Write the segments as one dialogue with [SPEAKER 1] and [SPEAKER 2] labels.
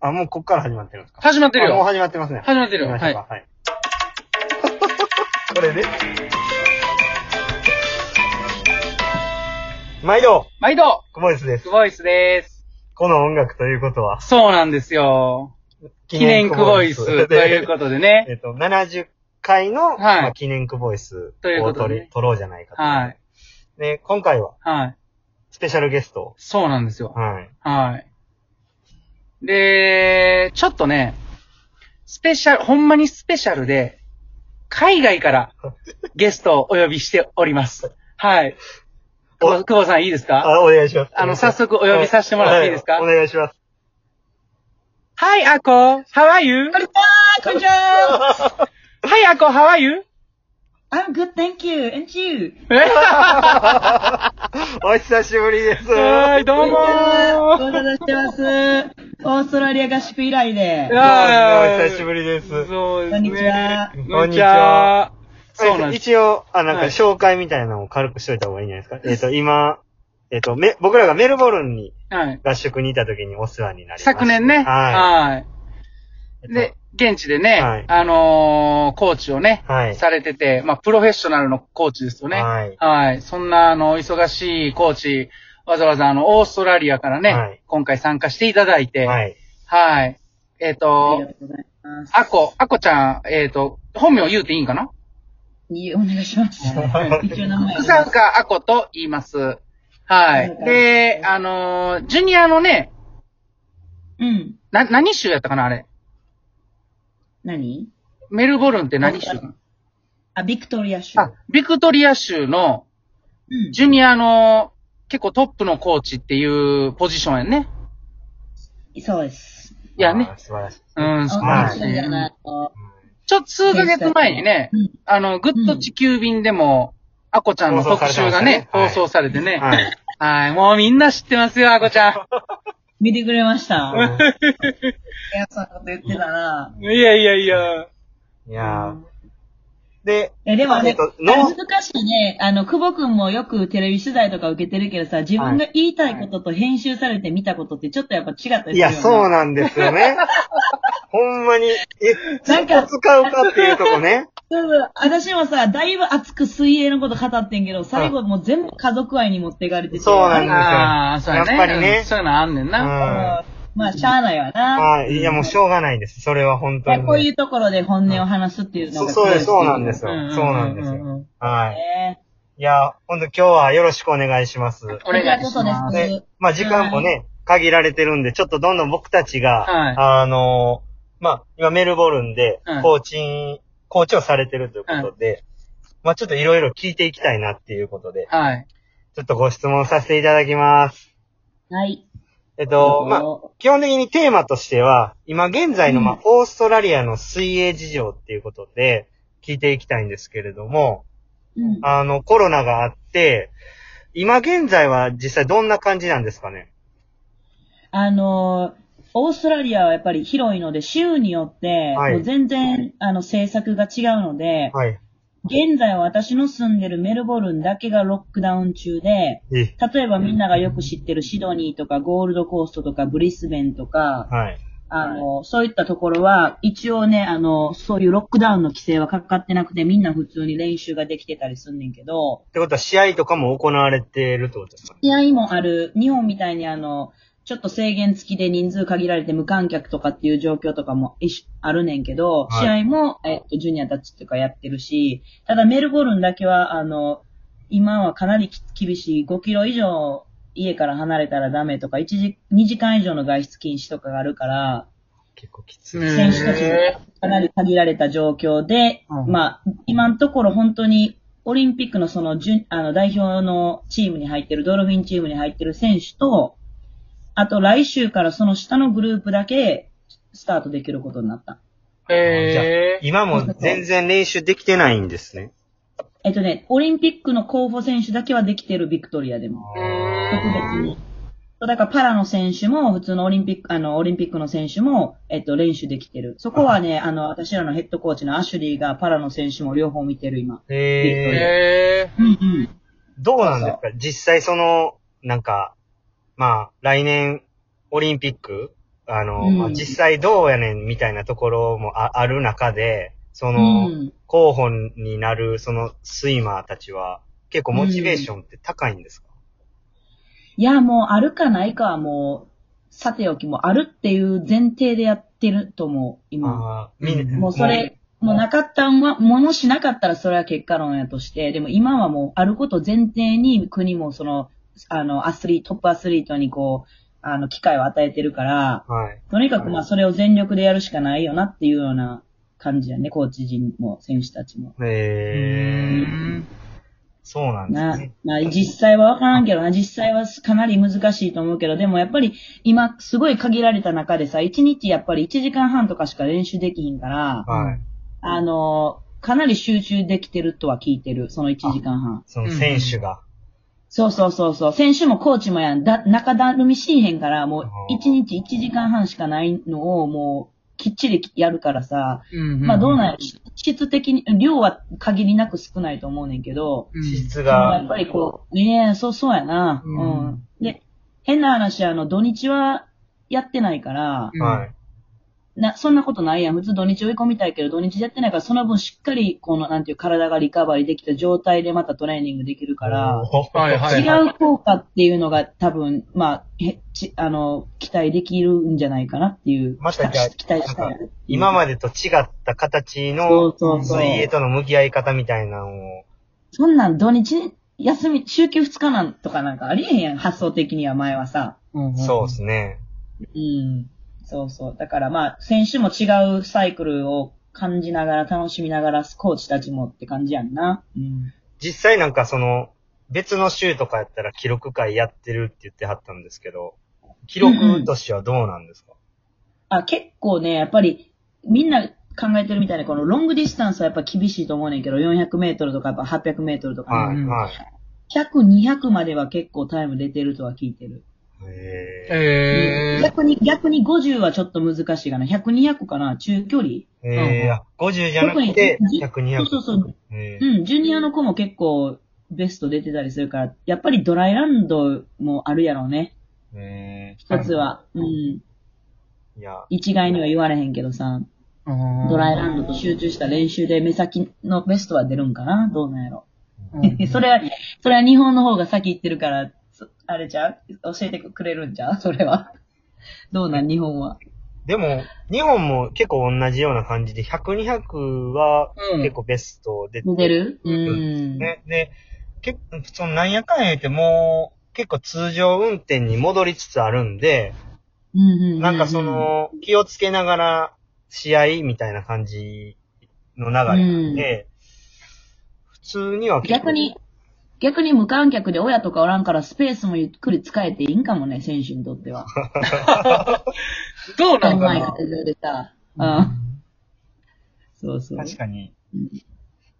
[SPEAKER 1] あ、もうこっから始まってるんですか
[SPEAKER 2] 始まってる
[SPEAKER 1] あもう
[SPEAKER 2] よ。
[SPEAKER 1] 始まってますね。
[SPEAKER 2] 始まってるよ。
[SPEAKER 1] 行きま
[SPEAKER 2] は
[SPEAKER 1] しょう
[SPEAKER 2] い
[SPEAKER 1] か。はい。これで、毎度、
[SPEAKER 2] 毎度、
[SPEAKER 1] クボイスです。
[SPEAKER 2] クボイスです。
[SPEAKER 1] この音楽ということは、
[SPEAKER 2] そうなんですよ。記念クボイスということでね。
[SPEAKER 1] えっと、70回の、まあ記念クボイス
[SPEAKER 2] というこ
[SPEAKER 1] を
[SPEAKER 2] とで
[SPEAKER 1] 取
[SPEAKER 2] ね
[SPEAKER 1] り、取ろうじゃないかと。
[SPEAKER 2] はい。
[SPEAKER 1] で、今回は、
[SPEAKER 2] はい。
[SPEAKER 1] スペシャルゲスト
[SPEAKER 2] そうなんです
[SPEAKER 1] を。
[SPEAKER 2] よ。
[SPEAKER 1] はい。
[SPEAKER 2] はい。で、ちょっとね、スペシャル、ほんまにスペシャルで、海 外からゲストをお呼びしております。はい。
[SPEAKER 1] お
[SPEAKER 2] 久保久保さんいいですか
[SPEAKER 1] あ、お願いします。
[SPEAKER 2] あの、早速お呼びさせてもらっていいですか
[SPEAKER 1] はお願いします。
[SPEAKER 2] ?Hi, アコ How are you? こんにちはこんにちは !Hi, アコ How are you?
[SPEAKER 3] I'm good, thank you. And you?
[SPEAKER 1] お久しぶりです。
[SPEAKER 2] はーい、どうも
[SPEAKER 3] ご
[SPEAKER 2] ー
[SPEAKER 3] 無沙汰してます。オーストラリア合宿以来で。
[SPEAKER 2] う
[SPEAKER 3] こ
[SPEAKER 2] わ
[SPEAKER 1] どうもお久しぶりです。
[SPEAKER 2] そうですね。
[SPEAKER 3] んにちは。
[SPEAKER 2] こんにちは。そうなんです。
[SPEAKER 1] 一応、あ、なんか
[SPEAKER 2] はい
[SPEAKER 1] 紹介みたいなのを軽くしといた方がいいんじゃないですか。えっ、と、今、えっ、と、め、僕らがメルボルンに
[SPEAKER 2] はい。
[SPEAKER 1] 合宿にいた時にお世話になりました。
[SPEAKER 2] 昨年ね。
[SPEAKER 1] は
[SPEAKER 2] はい。
[SPEAKER 1] い。
[SPEAKER 2] で、、現地でね、
[SPEAKER 1] はい
[SPEAKER 2] あのー、コーチをね、
[SPEAKER 1] はい。
[SPEAKER 2] されてて、まあ、プロフェッショナルのコーチですよね。
[SPEAKER 1] はい。
[SPEAKER 2] はい。そんな、あの、忙しいコーチ、わざわざあの、オーストラリアからね、
[SPEAKER 1] はい
[SPEAKER 2] 今回参加していただいて、はい。
[SPEAKER 1] はい。
[SPEAKER 2] えっ、
[SPEAKER 3] ありが
[SPEAKER 2] と、
[SPEAKER 3] とうございます。
[SPEAKER 2] アコ、アコちゃん、えっ、と、本名言うていいんかない
[SPEAKER 3] いお願いします。一応名前。
[SPEAKER 2] 草岡アコと言います。はい。で、あのージュニアのね、
[SPEAKER 3] うん。
[SPEAKER 2] な、何州やったかなあれ。
[SPEAKER 3] 何
[SPEAKER 2] メルボルンって何州か
[SPEAKER 3] あ、ビクトリア州。
[SPEAKER 2] なあ、ビクトリア州の、
[SPEAKER 3] うん。
[SPEAKER 2] ジュニアの、結構トップのコーチっていうポジションやね。
[SPEAKER 3] そうです。
[SPEAKER 2] いやね
[SPEAKER 1] あー。素晴らしい。
[SPEAKER 2] うん、そう
[SPEAKER 1] は
[SPEAKER 2] で
[SPEAKER 1] い
[SPEAKER 2] す
[SPEAKER 3] オーストラリア
[SPEAKER 2] ね。
[SPEAKER 3] の
[SPEAKER 2] ちょっと数ヶ月前にね、
[SPEAKER 3] うん
[SPEAKER 2] あの、グッド地球便でも、アコちゃんの特集がね、
[SPEAKER 1] 放
[SPEAKER 2] 放
[SPEAKER 1] 送
[SPEAKER 2] 送されてね。
[SPEAKER 1] はい。
[SPEAKER 2] はい、もうみんな知ってますよ、アコちゃん。
[SPEAKER 3] 見てくれました。
[SPEAKER 1] うん
[SPEAKER 3] いや、そんなこと言ってたな。
[SPEAKER 2] いやいやいや。
[SPEAKER 1] いやーで、
[SPEAKER 3] え、でも
[SPEAKER 1] えっ
[SPEAKER 3] ね、
[SPEAKER 1] と
[SPEAKER 3] あ
[SPEAKER 1] ノ
[SPEAKER 3] れ難しいね。あの、久保くんもよくテレビ取材とか受けてるけどさ、自分が言いたいことと編集されて見たことってちょっとやっぱ違ったりするよ
[SPEAKER 1] いや、そう
[SPEAKER 3] な。
[SPEAKER 1] なんですよ ね。ほんまに、え、
[SPEAKER 3] なんか、
[SPEAKER 1] 使うかっていうとこね。
[SPEAKER 3] そうそう。私もさ、だいぶ熱く水泳のこと語ってんけど、最後もう全部家族愛に持っていかれてて。
[SPEAKER 1] そうなんですよ
[SPEAKER 2] ああ、そうやね。
[SPEAKER 1] やっぱりね
[SPEAKER 2] うんそういうのあんねん
[SPEAKER 1] うん
[SPEAKER 2] な。
[SPEAKER 3] あれまあ、しゃあないわな。
[SPEAKER 1] はい。いや、もうしょうがないです。それは本当
[SPEAKER 3] まあ
[SPEAKER 1] に。
[SPEAKER 3] こういうところで本音を話すっていうの
[SPEAKER 1] そ
[SPEAKER 3] が
[SPEAKER 1] そうですそうなんですよ。
[SPEAKER 2] う
[SPEAKER 1] そうん
[SPEAKER 2] うん
[SPEAKER 1] な
[SPEAKER 2] うんうんうん
[SPEAKER 1] んですよ。はい。
[SPEAKER 3] ね。
[SPEAKER 1] いや、ほんと今日はよろしくお願いします。
[SPEAKER 2] お願いします
[SPEAKER 3] こちらこそです
[SPEAKER 1] で。、まあ時間もね、限られてるんで、ちょっとどんどん僕たちが、
[SPEAKER 2] はい
[SPEAKER 1] あのーまあ今メルボルンで
[SPEAKER 2] うん、
[SPEAKER 1] コーチン、コーチをされてるということで、まあちょっといろいろ聞いていきたいなっていうことで、
[SPEAKER 2] はい。
[SPEAKER 1] ちょっとご質問させていただきます。
[SPEAKER 3] はい。
[SPEAKER 1] えっと、まあ基本的にテーマとしては、今現在の、まあ
[SPEAKER 3] うん
[SPEAKER 1] オーストラリアの水泳事情っていうことで、聞いていきたいんですけれども、
[SPEAKER 3] うん
[SPEAKER 1] あの、コロナがあって、今現在は実際どんな感じなんですかね
[SPEAKER 3] あのー、オーストラリアはやっぱり広いので、州によって、
[SPEAKER 1] はい
[SPEAKER 3] もう全然、あの、政策が違うので、
[SPEAKER 1] はい。
[SPEAKER 3] 現在私の住んでるメルボルンだけがロックダウン中で、
[SPEAKER 1] え
[SPEAKER 3] 例えばみんながよく知ってるシドニーとかゴールドコーストとかブリスベンとか、
[SPEAKER 1] はい。
[SPEAKER 3] あの、そういったところは、一応ね、あの、そういうロックダウンの規制はかかってなくて、みんな普通に練習ができてたりすんねんけど、
[SPEAKER 1] ってことは試合とかも行われてるってことですかね
[SPEAKER 3] 試合もある、日本みたいにあの、ちょっと制限付きで人数限られて無観客とかっていう状況とかもいしあるねんけど、
[SPEAKER 1] はい
[SPEAKER 3] 試合も、えっと、ジュニアたちとかやってるし、ただメルボルンだけは、あの、今はかなりき厳しい、5キロ以上家から離れたらダメとか、1時、2時間以上の外出禁止とかがあるから、
[SPEAKER 1] 結構きつい。
[SPEAKER 2] 選
[SPEAKER 3] 手たちかなり限られた状況で、
[SPEAKER 2] うん
[SPEAKER 3] まあ、今のところ本当に、オリンピックのその、じゅあの、代表のチームに入ってる、ドルフィンチームに入ってる選手と、あと来週からその下のグループだけ、スタートできることになった。
[SPEAKER 2] へえ。
[SPEAKER 1] 今も全然練習できてないんですね。
[SPEAKER 3] えっとね、オリンピックの候補選手だけはできてる、ビクトリアでも。特別
[SPEAKER 2] ー
[SPEAKER 3] に。そうだからパラの選手も、普通のオリンピック、あの、オリンピックの選手も、えっと、練習できてる。そこはね、あの、私らのヘッドコーチのアシュリーがパラの選手も両方見てる、今。
[SPEAKER 1] えー、
[SPEAKER 2] へ
[SPEAKER 3] うんうん。
[SPEAKER 1] どうなんですか実際その、なんか、まあ、来年、オリンピックあの、
[SPEAKER 3] うん
[SPEAKER 1] まあ、実際どうやねんみたいなところもあある中で、そうの、
[SPEAKER 3] ん。
[SPEAKER 1] 候補になるそのスイマーたちは、結構モチベーションって高いんですか、
[SPEAKER 3] いや、もうあるかないかはもう、さておきもうあるっていう前提でやってると思う、今。
[SPEAKER 1] ああ、みんな
[SPEAKER 3] もうそれ、もうなかったんは、ものしなかったらそれは結果論やとして、でも今はもうあること前提に国もその、あの、アスリート、トップアスリートにこう、あの、機会を与えてるから、
[SPEAKER 1] はい。
[SPEAKER 3] とにかくまあそれを全力でやるしかないよなっていうような感じだね、コーチ陣も選手たちも。
[SPEAKER 2] う
[SPEAKER 1] えー、
[SPEAKER 2] ん。
[SPEAKER 1] そうなんです
[SPEAKER 3] な
[SPEAKER 1] ね。、
[SPEAKER 3] まあ実際はわからんけどな、実際はかなり難しいと思うけど、でもやっぱり今すごい限られた中でさ、1日やっぱり1時間半とかしか練習できひんから、
[SPEAKER 1] はい。
[SPEAKER 3] あの、かなり集中できてるとは聞いてる、その1時間半。
[SPEAKER 1] その選手が。
[SPEAKER 3] そうそうそうそう、選手もコーチもやん、だ、中だるみしへんから、もう1日1時間半しかないのをもうきっちりやるからさ、
[SPEAKER 2] うん
[SPEAKER 3] まあどうなんや、質的に、量は限りなく少ないと思うねんけど、
[SPEAKER 2] うん
[SPEAKER 1] 資質
[SPEAKER 3] まあ
[SPEAKER 1] が
[SPEAKER 3] やっ、ぱりこう、ねえ、そうそうやな。
[SPEAKER 2] う
[SPEAKER 3] うんん。で、変な話、あの、土日はやってないから、
[SPEAKER 2] うん
[SPEAKER 1] はい。
[SPEAKER 3] な、そんなことないやん。普通土日追い込みたいけど、土日やってないから、その分しっかり、この、なんていう、体がリカバリーできた状態でまたトレーニングできるから、
[SPEAKER 1] おー
[SPEAKER 2] はいはい
[SPEAKER 3] 違う効果っていうのが多分、まあ、へち、あの、期待できるんじゃないかなっていう。
[SPEAKER 1] また
[SPEAKER 3] 期
[SPEAKER 1] じゃあ
[SPEAKER 3] 待期待したい。
[SPEAKER 1] 今
[SPEAKER 3] で。
[SPEAKER 1] までと違った形
[SPEAKER 3] そう
[SPEAKER 1] の
[SPEAKER 3] そうそう
[SPEAKER 1] 水。泳との向き合い方みたいなのを、
[SPEAKER 3] そんなん土日、休み、週休2日なんとかなんかありえへんやん。発想的には前はさ。
[SPEAKER 2] うん
[SPEAKER 1] そうですね。
[SPEAKER 3] うん。そうそう。だからまあ、選手も違うサイクルを感じながら、楽しみながら、コーチたちもって感じやんな。うん。
[SPEAKER 1] 実際なんかその、別の州とかやったら記録会やってるって言ってはったんですけど、記録としてはどうなんですか、
[SPEAKER 3] あ、結構ね、やっぱり、みんな考えてるみたいな、このロングディスタンスはやっぱ厳しいと思うねんけど、400メートルとかやっぱ800メートルとか、
[SPEAKER 1] はい、
[SPEAKER 2] うん
[SPEAKER 1] はい。
[SPEAKER 3] 100、200までは結構タイム出てるとは聞いてる。
[SPEAKER 1] え
[SPEAKER 2] えー。
[SPEAKER 3] 逆に、逆に50はちょっと難しいかな。100、200かな中距離
[SPEAKER 1] ー、えーあ50じゃなくて、100、200。
[SPEAKER 3] そうそうそう。
[SPEAKER 1] えー
[SPEAKER 3] うん、ジュニアの子も結構ベスト出てたりするから、やっぱりドライランドもあるやろうね。
[SPEAKER 1] えー
[SPEAKER 3] 一つは。うん。
[SPEAKER 1] いや、
[SPEAKER 3] 一概には言われへんけどさ、ド
[SPEAKER 2] ド
[SPEAKER 3] ライランドと集中した練習で目先のベストは出るんかなどうなんやろ。 そ
[SPEAKER 2] れ、
[SPEAKER 3] れは、それは日本の方が先行ってるから、そあれちゃう教えてくれるんちゃうそ れは。どうなん日本は。
[SPEAKER 1] でも、日本も結構同じような感じで、100、200は
[SPEAKER 2] うん
[SPEAKER 1] 結構ベスト出て
[SPEAKER 3] 出てるう。
[SPEAKER 1] うんね。で、結構、そのなんやかんや言ってもう、結構通常運転に戻りつつあるんで、
[SPEAKER 3] うんうんうう
[SPEAKER 1] なんかそ、の、気をつけながら試合みたいな感じの流れなんで、普通には結構
[SPEAKER 3] 逆に、逆に無観客で親とかおらんからスペースもゆっくり使えていいんかもね、選手にとっては。
[SPEAKER 2] どうなん
[SPEAKER 3] う
[SPEAKER 2] だ
[SPEAKER 3] まい
[SPEAKER 2] ろ
[SPEAKER 3] 形でさ。うん。そうそう。
[SPEAKER 1] 確かに
[SPEAKER 3] うん、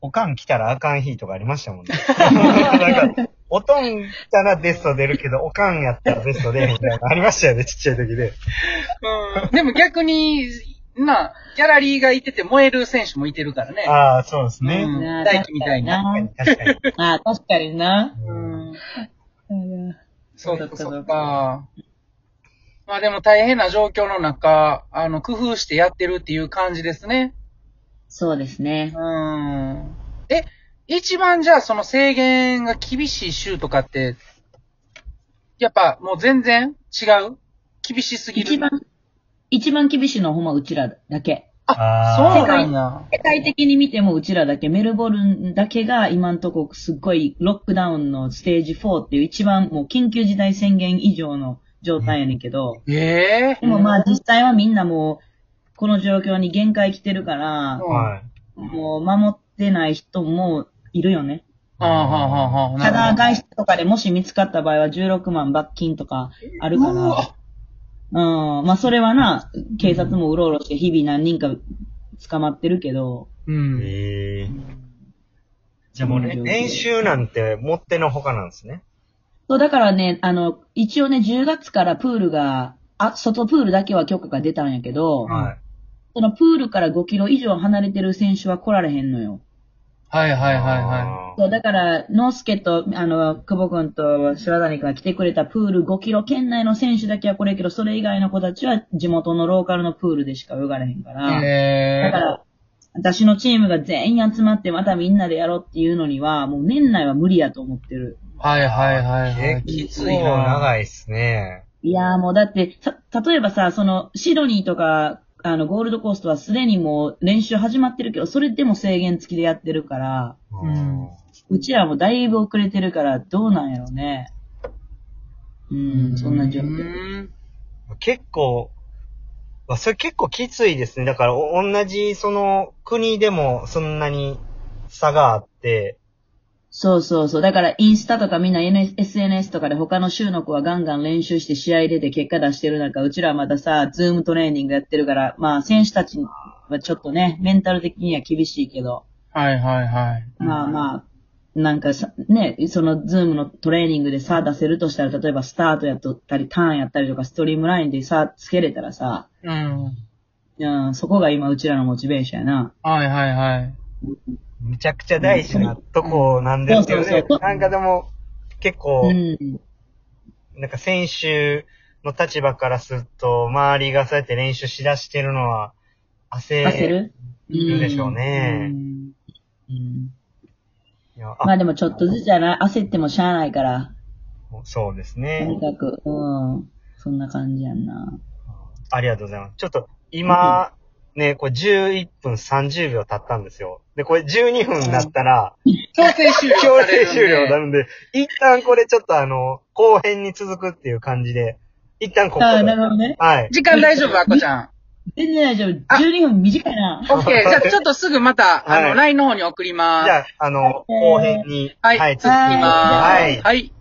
[SPEAKER 1] おかん来たらあかん日とかありましたもん ね。なんか、おとん来たらベスト出るけど、おかんやったらベスト出るみたいなのありましたよね、ちっちゃい時で。
[SPEAKER 2] う。うんでも逆に、な、ギャラリーがいてて燃える選手もいてるからね。
[SPEAKER 1] ああ、そうですね。
[SPEAKER 2] うん
[SPEAKER 3] な
[SPEAKER 2] 大輝みたいな。
[SPEAKER 1] 確かに、確かに。
[SPEAKER 3] ああ、確かにな。
[SPEAKER 1] うん
[SPEAKER 3] うん。
[SPEAKER 2] そう
[SPEAKER 3] そ
[SPEAKER 2] か、
[SPEAKER 3] うか
[SPEAKER 2] そ
[SPEAKER 3] そうう
[SPEAKER 2] か。まあでも大変な状況の中、あの、工夫してやってるっていう感じですね。
[SPEAKER 3] そうですね
[SPEAKER 2] う。ーん。え、一番じゃあその制限が厳しい州とかって、やっぱもう全然違う厳しすぎる。
[SPEAKER 3] 一番、一番厳しいのはほんまうちらだけ。
[SPEAKER 1] あ
[SPEAKER 2] そう
[SPEAKER 1] ー
[SPEAKER 2] なんや。
[SPEAKER 3] 世界的に見てもうちらだけ、メルボルンだけが今んとこすっごいロックダウンのステージ4っていう一番もう緊急事態宣言以上の状態やねんけど、
[SPEAKER 2] ええ
[SPEAKER 3] でもまあ実際はみんなもう、この状況に限界来てるから、
[SPEAKER 1] はい。
[SPEAKER 3] もう守ってない人もいるよね。
[SPEAKER 2] ああ、はあ、はあ、はあ。
[SPEAKER 3] た
[SPEAKER 2] な
[SPEAKER 3] だ
[SPEAKER 2] る
[SPEAKER 3] 外出とかでもし見つかった場合は16万罰金とかあるか
[SPEAKER 2] ほどう
[SPEAKER 3] ら、
[SPEAKER 2] わ
[SPEAKER 3] うん、まあそれはな、警察もうろうろして日々何人か捕まってるけど、
[SPEAKER 2] うん。
[SPEAKER 1] ええじゃあもうね
[SPEAKER 3] うん
[SPEAKER 1] 練習なんてもってのほかなんですね。
[SPEAKER 3] そう、だからね、あの、一応ね、10月からプールが、あ、外プールだけは許可が出たんやけど、
[SPEAKER 1] は
[SPEAKER 3] そのプールから5キロ以上離れてる選手は来られへんのよ。
[SPEAKER 2] はいはいはいは
[SPEAKER 1] あー
[SPEAKER 3] そう、だから、ノースケと、あの、久保君と柴谷君が来てくれたプール5キロ圏内の選手だけはこれやけど、それ以外の子たちは地元のローカルのプールでしか泳がれへんから。
[SPEAKER 2] い。え
[SPEAKER 3] だから、私のチームが全員集まってまたみんなでやろうっていうのには、もう年内は無理やと思ってる。
[SPEAKER 2] ー。はいはいはいはい。
[SPEAKER 1] きついの長いっすね。
[SPEAKER 3] いやーもうだって、た、例えばさ、その、シドニーとか、あの、ゴールドコーストはすでにもう練習始まってるけど、それでも制限付きでやってるから、
[SPEAKER 2] うん
[SPEAKER 3] うちらもだいぶ遅れてるから、どうなんやろうね。うん、そんな状況。
[SPEAKER 2] うん
[SPEAKER 1] 結構、まあそれ結構きついですね。だから、お同じ、その、国でもそんなに差があって、
[SPEAKER 3] そうそうそう。だから、インスタとかみんな NS SNS とかで他の州の子はガンガン練習して試合出て結果出してる中、うちらはまださ、ズームトレーニングやってるから、まあ、選手たちはちょっとね、メンタル的には厳しいけど、
[SPEAKER 2] はいはいはい。
[SPEAKER 3] まあまあ、なんかさ、ね、そのズームのトレーニングでさ、出せるとしたら、例えばスタートやったり、ターンやったりとか、ストリームラインでさ、つけれたらさ、
[SPEAKER 2] うん。
[SPEAKER 3] うん、そこが今うちらのモチベーションやな。
[SPEAKER 2] はいはいはい。
[SPEAKER 1] むちゃくちゃ大事なとこなんですけど
[SPEAKER 3] そうそ
[SPEAKER 1] ね
[SPEAKER 3] う。そう
[SPEAKER 1] なんかでも、結構、
[SPEAKER 3] うん。
[SPEAKER 1] なんか選手の立場からすると、周りがそうやって練習しだしてるのは、焦
[SPEAKER 3] 出せる
[SPEAKER 1] るでしょう
[SPEAKER 2] う
[SPEAKER 1] ね。
[SPEAKER 2] ん
[SPEAKER 3] うん
[SPEAKER 1] いや
[SPEAKER 3] ま
[SPEAKER 1] あ
[SPEAKER 3] あでもちょっとずつじゃない、焦ってもしゃあないから、
[SPEAKER 1] そうです
[SPEAKER 3] と
[SPEAKER 1] ね。
[SPEAKER 3] にかく、うん。そんな感じやんな。
[SPEAKER 1] ありがとうございます。ちょっと、今、ね、これ11分30秒経ったんですよ。で、これ12分になったら、
[SPEAKER 2] 強制終了
[SPEAKER 1] 強
[SPEAKER 2] さ
[SPEAKER 1] 制
[SPEAKER 2] れるんで。
[SPEAKER 1] 終了になるんで、一旦これちょっとあの、後編に続くっていう感じで、一旦ここで。
[SPEAKER 3] ああ、なるほどね。
[SPEAKER 1] はい。
[SPEAKER 2] 時間大丈夫あっこちゃん。
[SPEAKER 3] 全然大丈夫。12分短いな。
[SPEAKER 2] オ ッケー。じゃあちょっとすぐまた、あ
[SPEAKER 1] は
[SPEAKER 2] の、
[SPEAKER 1] い
[SPEAKER 2] LINE の方に送ります。
[SPEAKER 1] じゃあ、あの、後編に、
[SPEAKER 2] はい
[SPEAKER 1] 続きます。
[SPEAKER 2] は。
[SPEAKER 1] はいい。
[SPEAKER 2] はい。